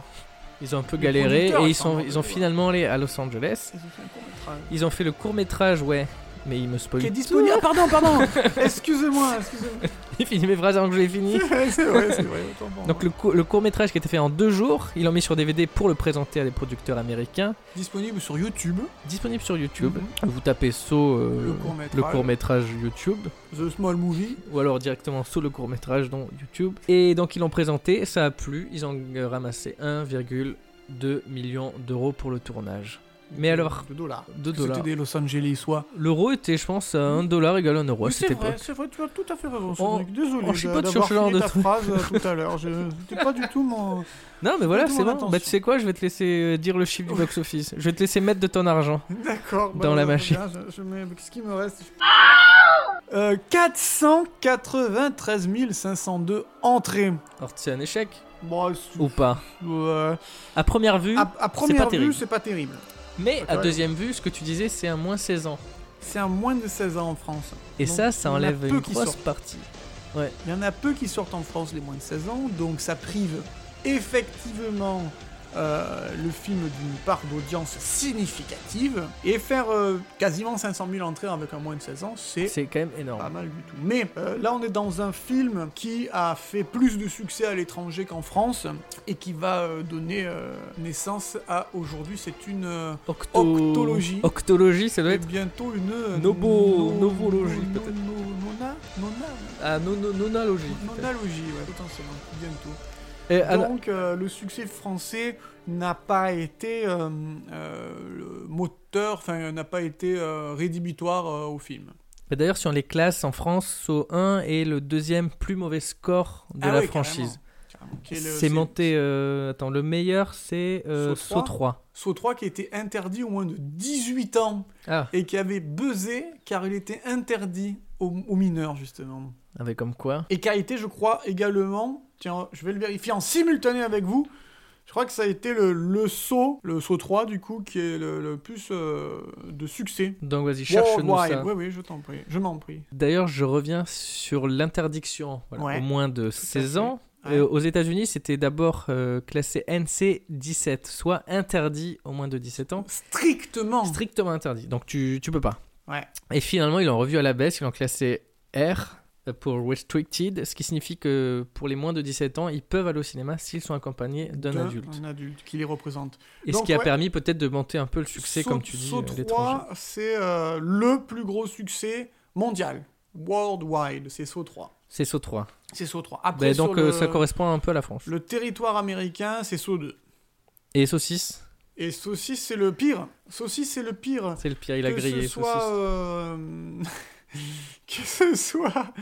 Speaker 1: Ils ont un peu
Speaker 2: Les
Speaker 1: galéré
Speaker 2: producteurs,
Speaker 1: et
Speaker 2: ils
Speaker 1: ils
Speaker 2: sont
Speaker 1: sont
Speaker 2: morts de
Speaker 1: ils ont
Speaker 2: doigts.
Speaker 1: finalement allé à Los Angeles.
Speaker 2: Ils ont fait un court-métrage.
Speaker 1: Ils ont fait le court métrage ouais. Mais il me spoil.
Speaker 2: Qui est
Speaker 1: tout.
Speaker 2: disponible. Ah, pardon, pardon. excusez-moi, excusez-moi.
Speaker 1: Il finit mes phrases avant que je les finisse.
Speaker 2: c'est vrai, c'est vrai. autant pour
Speaker 1: Donc
Speaker 2: moi.
Speaker 1: le, court métrage qui était fait en deux jours, ils l'ont mis sur DVD pour le présenter à des producteurs américains.
Speaker 2: disponible sur YouTube,
Speaker 1: Disponible sur YouTube.
Speaker 2: Mhm.
Speaker 1: Vous tapez So euh,
Speaker 2: Le court-métrage.
Speaker 1: le court métrage YouTube.
Speaker 2: The Small Movie.
Speaker 1: ou alors directement sous le court métrage dans YouTube. Et donc ils l'ont présenté, ça a plu, ils ont euh, ramassé 1,2 million d'euros pour le tournage. Mais alors,
Speaker 2: De dollars.
Speaker 1: de dollars.
Speaker 2: C'était des Los Angelesois.
Speaker 1: L'euro était, je pense, à 1 dollar égale 1 euro à
Speaker 2: Oui,
Speaker 1: cette
Speaker 2: c'est vrai,
Speaker 1: époque.
Speaker 2: c'est vrai, tu as tout à fait raison.
Speaker 1: On-
Speaker 2: Cédric. Désolé.
Speaker 1: on Oh, chipote
Speaker 2: d'a-
Speaker 1: sur
Speaker 2: d'avoir
Speaker 1: ce genre
Speaker 2: fini
Speaker 1: de
Speaker 2: ta
Speaker 1: truc.
Speaker 2: phrase euh, tout à l'heure. Je- C'était pas du tout mon.
Speaker 1: Non, mais voilà,
Speaker 2: Tout le
Speaker 1: c'est
Speaker 2: monde
Speaker 1: bon.
Speaker 2: attend
Speaker 1: Bah,
Speaker 2: ce-
Speaker 1: tu sais quoi, je vais te laisser euh, dire le chiffre du box-office. Je vais te laisser mettre de ton argent.
Speaker 2: D'accord.
Speaker 1: Dans la
Speaker 2: je-
Speaker 1: machine.
Speaker 2: je- je mets- Qu'est-ce qui me reste Euh, 493 502 entrées.
Speaker 1: Alors, c'est un échec
Speaker 2: Bon, c'est-
Speaker 1: ou pas
Speaker 2: ouais.
Speaker 1: À première vue,
Speaker 2: à, à
Speaker 1: Oh. pas
Speaker 2: première vue,
Speaker 1: terrible.
Speaker 2: c'est pas terrible.
Speaker 1: mais à
Speaker 2: ouais.
Speaker 1: deuxième vue, ce que tu disais, c'est un moins 16 ans.
Speaker 2: C'est un moins de 16 ans en France.
Speaker 1: Et
Speaker 2: Donc,
Speaker 1: ça, ça
Speaker 2: il y en a
Speaker 1: enlève
Speaker 2: peu
Speaker 1: une
Speaker 2: qui
Speaker 1: grosse
Speaker 2: sortent.
Speaker 1: partie.
Speaker 2: Il y en a peu qui sortent en France les moins de 16 ans, donc ça prive effectivement euh, le film d'une part d'audience significative. Et faire euh, quasiment 500 000 entrées avec un moins de 16 ans, c'est
Speaker 1: C'est quand même énorme.
Speaker 2: pas mal du tout. Mais euh, là, on est dans un film qui a fait plus de succès à l'étranger qu'en France et qui va euh, donner euh, naissance à aujourd'hui, c'est une euh,
Speaker 1: Octo-
Speaker 2: Octologie.
Speaker 1: Octologie, ça doit
Speaker 2: et
Speaker 1: être.
Speaker 2: bientôt une euh,
Speaker 1: Nobo-
Speaker 2: no-
Speaker 1: novologie,
Speaker 2: no-
Speaker 1: peut-être.
Speaker 2: no- nona- nona-
Speaker 1: Ah, non, non, nonalogie.
Speaker 2: nonalogie, ouais, potentiellement, bientôt.
Speaker 1: Et à la-
Speaker 2: Donc, euh, le succès français n'a pas été euh, euh, le moteur, enfin, n'a pas été euh, rédhibitoire euh, au film.
Speaker 1: Bah, D'ailleurs, si on les classe en France, So 1 est le deuxième plus mauvais score de
Speaker 2: Ah
Speaker 1: la
Speaker 2: oui,
Speaker 1: franchise.
Speaker 2: carrément, carrément. Qui est le-
Speaker 1: C'est monté. euh, Attends, le meilleur, c'est euh,
Speaker 2: Saut
Speaker 1: So 3.
Speaker 2: Saut 3 qui était interdit au moins de 18 ans
Speaker 1: Ah,
Speaker 2: et qui avait buzzé car il était interdit aux, aux mineurs justement.
Speaker 1: avec comme quoi
Speaker 2: Et qui a été, je crois, également, tiens, je vais le vérifier en simultané avec vous, je crois que ça a été le, le saut, le saut 3 du coup, qui est le, le plus euh, de succès.
Speaker 1: Donc vas-y, cherche-nous
Speaker 2: Worldwide.
Speaker 1: ça.
Speaker 2: Oui, oui, je t'en prie, je m'en prie.
Speaker 1: D'ailleurs, je reviens sur l'interdiction voilà,
Speaker 2: Ouais.
Speaker 1: au moins de 16
Speaker 2: fait.
Speaker 1: ans.
Speaker 2: Ouais.
Speaker 1: Euh, aux États-Unis, c'était d'abord euh, classé NC 17, soit interdit au moins de 17 ans.
Speaker 2: Strictement.
Speaker 1: Strictement interdit. Donc tu, tu peux pas.
Speaker 2: Ouais.
Speaker 1: Et finalement, ils l'ont revu à la baisse, ils l'ont classé R euh, pour restricted, ce qui signifie que pour les moins de 17 ans, ils peuvent aller au cinéma s'ils sont accompagnés d'un
Speaker 2: De-
Speaker 1: adulte.
Speaker 2: Un adulte qui les représente.
Speaker 1: Et ce
Speaker 2: Donc,
Speaker 1: qui a
Speaker 2: ouais.
Speaker 1: permis peut-être de monter un peu le succès,
Speaker 2: Saut-
Speaker 1: comme tu dis,
Speaker 2: Saut
Speaker 1: euh, à l'étranger.
Speaker 2: 3, c'est euh, le plus gros succès mondial. Worldwide, c'est Saut 3.
Speaker 1: C'est Saut 3.
Speaker 2: C'est Saut 3. Après,
Speaker 1: Bah, donc
Speaker 2: sur le,
Speaker 1: euh, ça correspond un peu à la France.
Speaker 2: le territoire américain, c'est Saut 2.
Speaker 1: Et Saut 6,
Speaker 2: Et Saucisse, c'est le pire. Saucisse, c'est le pire.
Speaker 1: c'est le pire, il a
Speaker 2: que
Speaker 1: grillé.
Speaker 2: ce
Speaker 1: Saut
Speaker 2: soit,
Speaker 1: 6.
Speaker 2: euh, que ce soit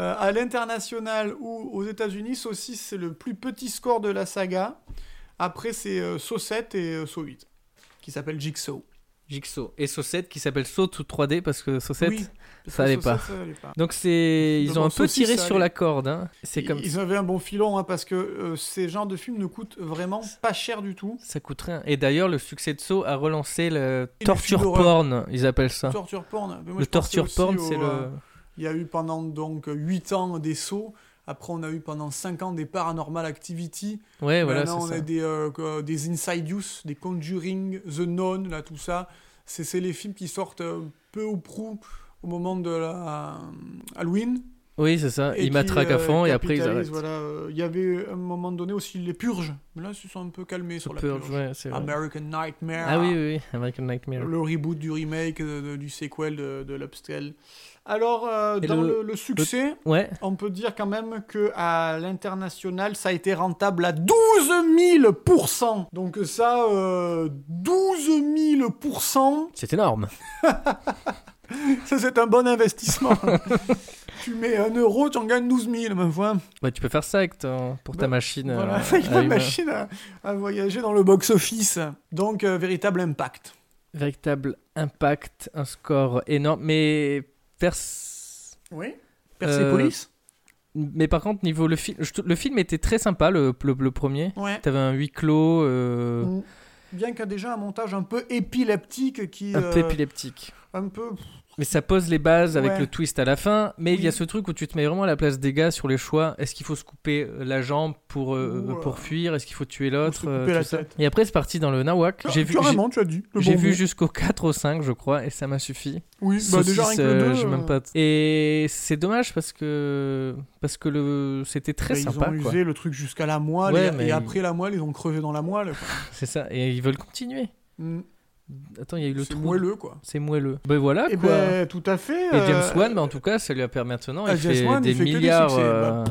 Speaker 2: euh, à l'international ou aux États-Unis, Saucisse, c'est le plus petit score de la saga. Après, c'est euh, Saut 7 et euh, Saut 8, qui s'appelle Jigsaw.
Speaker 1: Jigsaw. Et Saut 7 qui s'appelle Saut tout 3D parce que Saut 7.
Speaker 2: Oui,
Speaker 1: ça allait
Speaker 2: Saut
Speaker 1: pas.
Speaker 2: 7, ça allait pas.
Speaker 1: Donc c'est ils
Speaker 2: Devant
Speaker 1: ont un peu
Speaker 2: Saut 6,
Speaker 1: tiré
Speaker 2: ça
Speaker 1: sur
Speaker 2: allait.
Speaker 1: la corde. hein. C'est comme
Speaker 2: Ils avaient un bon filon hein, parce que euh, ces genres de films ne coûtent vraiment pas cher du tout.
Speaker 1: ça coûte rien. Et d'ailleurs, le succès de Saut a relancé le
Speaker 2: Et le film
Speaker 1: torture
Speaker 2: d'horreur.
Speaker 1: porn, ils appellent ça.
Speaker 2: Torture porn. mais moi,
Speaker 1: le
Speaker 2: je pensais
Speaker 1: torture
Speaker 2: aussi
Speaker 1: porn,
Speaker 2: au,
Speaker 1: c'est
Speaker 2: euh,
Speaker 1: le.
Speaker 2: Il y a eu pendant donc 8 ans des sauts. Après, on a eu pendant 5 ans des Paranormal Activity.
Speaker 1: Ouais, voilà,
Speaker 2: Maintenant, Bah on
Speaker 1: c'est ça.
Speaker 2: a des, euh, que- des Inside Use, des Conjuring, The Nun, là, tout ça. C'est c'est les films qui sortent euh, peu ou prou au moment de la euh, Halloween.
Speaker 1: Oui, c'est ça.
Speaker 2: et
Speaker 1: Ils
Speaker 2: qui,
Speaker 1: matraquent à
Speaker 2: euh,
Speaker 1: fond et après ils
Speaker 2: capitalisent,
Speaker 1: arrêtent.
Speaker 2: voilà. Euh, Il y avait à un moment donné aussi les purges. Mais là, ils se sont un peu calmés sur la
Speaker 1: Purge,
Speaker 2: purge.
Speaker 1: ouais, c'est vrai.
Speaker 2: American Nightmare.
Speaker 1: Ah oui, oui, oui, American Nightmare.
Speaker 2: Le reboot du remake, euh, de- du sequel de, de l'Upstel. Alors, euh,
Speaker 1: Et
Speaker 2: dans
Speaker 1: le-
Speaker 2: le, le succès,
Speaker 1: Ouais,
Speaker 2: on peut dire quand même que à l'international, ça a été rentable à 12 000 Donc ça, euh, 12 000
Speaker 1: c'est énorme.
Speaker 2: ça c'est un bon investissement. tu mets un euro, tu en gagnes 12 000, ma foi.
Speaker 1: Bah, tu peux faire ça avec ton- pour ta
Speaker 2: Bah,
Speaker 1: machine.
Speaker 2: Voilà,
Speaker 1: euh,
Speaker 2: avec
Speaker 1: à
Speaker 2: ma
Speaker 1: humain.
Speaker 2: machine à, à voyager dans le box-office. Donc, euh, véritable impact.
Speaker 1: Véritable impact, un score énorme. Mais, pers-
Speaker 2: Oui Persepolis
Speaker 1: mais par contre, niveau le film, le film était très sympa, le, le, le premier.
Speaker 2: Ouais.
Speaker 1: T'avais un huis clos euh,
Speaker 2: Mm. Bien qu'il y a déjà un montage un peu épileptique qui.
Speaker 1: un peu
Speaker 2: euh,
Speaker 1: épileptique.
Speaker 2: un peu-
Speaker 1: Mais ça pose les bases avec
Speaker 2: Ouais.
Speaker 1: le twist à la fin. Mais il y a
Speaker 2: Oui.
Speaker 1: ce truc où tu te mets vraiment à la place des gars sur les choix. Est-ce qu'il faut se couper euh, la jambe pour, euh,
Speaker 2: Ouh là.
Speaker 1: pour fuir Est-ce qu'il faut tuer
Speaker 2: se
Speaker 1: l'autre euh,
Speaker 2: couper
Speaker 1: tout
Speaker 2: la
Speaker 1: ça.
Speaker 2: tête.
Speaker 1: Et après, c'est parti dans le Nawak.
Speaker 2: Ah,
Speaker 1: J'ai vu, j'ai-
Speaker 2: Carrément, tu as dit. le
Speaker 1: j'ai
Speaker 2: bon
Speaker 1: vu
Speaker 2: mot.
Speaker 1: jusqu'au 4 ou 5, je crois, et ça m'a suffi.
Speaker 2: Oui, bah,
Speaker 1: Saucisse,
Speaker 2: déjà rien que le
Speaker 1: euh,
Speaker 2: deux,
Speaker 1: j'ai
Speaker 2: euh,
Speaker 1: même pas- Et c'est dommage parce que, parce que le... c'était très
Speaker 2: bah,
Speaker 1: sympa.
Speaker 2: Ils ont
Speaker 1: quoi.
Speaker 2: usé le truc jusqu'à la moelle
Speaker 1: Ouais,
Speaker 2: et,
Speaker 1: mais
Speaker 2: et
Speaker 1: ils-
Speaker 2: après la moelle, ils ont crevé dans la moelle. quoi.
Speaker 1: C'est ça. Et ils veulent continuer.
Speaker 2: Mm.
Speaker 1: Attends, il y a eu le
Speaker 2: C'est
Speaker 1: trou.
Speaker 2: moelleux, quoi.
Speaker 1: C'est moelleux. Ben voilà
Speaker 2: Et
Speaker 1: quoi.
Speaker 2: ben, tout à fait.
Speaker 1: Et
Speaker 2: euh,
Speaker 1: James Wan, bah, en tout cas, ça lui a permis maintenant.
Speaker 2: ah,
Speaker 1: Il
Speaker 2: James
Speaker 1: fait
Speaker 2: Wan, il
Speaker 1: des
Speaker 2: fait que des
Speaker 1: milliards.
Speaker 2: succès.
Speaker 1: euh,
Speaker 2: Bah,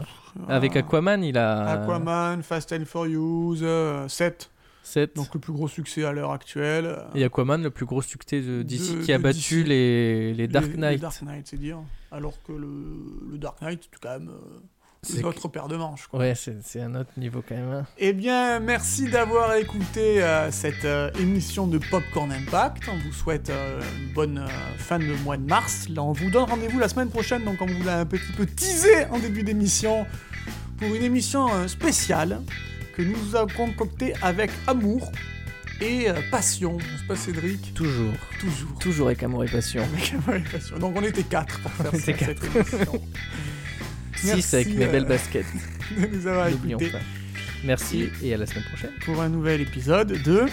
Speaker 1: Avec
Speaker 2: ah,
Speaker 1: Aquaman, il a.
Speaker 2: Aquaman, Fast and Furious, euh, 7.
Speaker 1: 7.
Speaker 2: Donc le plus gros succès à l'heure actuelle. euh,
Speaker 1: Et Aquaman, le plus gros succès de DC
Speaker 2: De-
Speaker 1: qui a
Speaker 2: de
Speaker 1: battu
Speaker 2: DC.
Speaker 1: les, les Dark
Speaker 2: les- les
Speaker 1: Knight.
Speaker 2: Dark Knight, c'est dire. Alors que le, le Dark Knight, c'est quand même euh,
Speaker 1: C'est-
Speaker 2: une autre paire de manches. Quoi.
Speaker 1: Ouais, c'est c'est un autre niveau quand même. hein.
Speaker 2: Eh bien, merci d'avoir écouté euh, cette euh, émission de Popcorn Impact. On vous souhaite euh, une bonne euh, fin de mois de mars. Là, on vous donne rendez-vous la semaine prochaine, donc on vous l'a un petit peu teasé en début d'émission pour une émission euh, spéciale que nous avons concoctée avec amour et euh, passion. N'est-ce pas, Cédric
Speaker 1: Toujours.
Speaker 2: Toujours.
Speaker 1: Toujours avec amour et passion.
Speaker 2: Avec amour et passion. Donc on était quatre pour faire
Speaker 1: On était
Speaker 2: ça, cette émission.
Speaker 1: 6 avec mes
Speaker 2: euh,
Speaker 1: belles baskets.
Speaker 2: de nous avoir
Speaker 1: N'oublions
Speaker 2: écoutés
Speaker 1: pas. Merci et à la semaine prochaine.
Speaker 2: pour un nouvel épisode de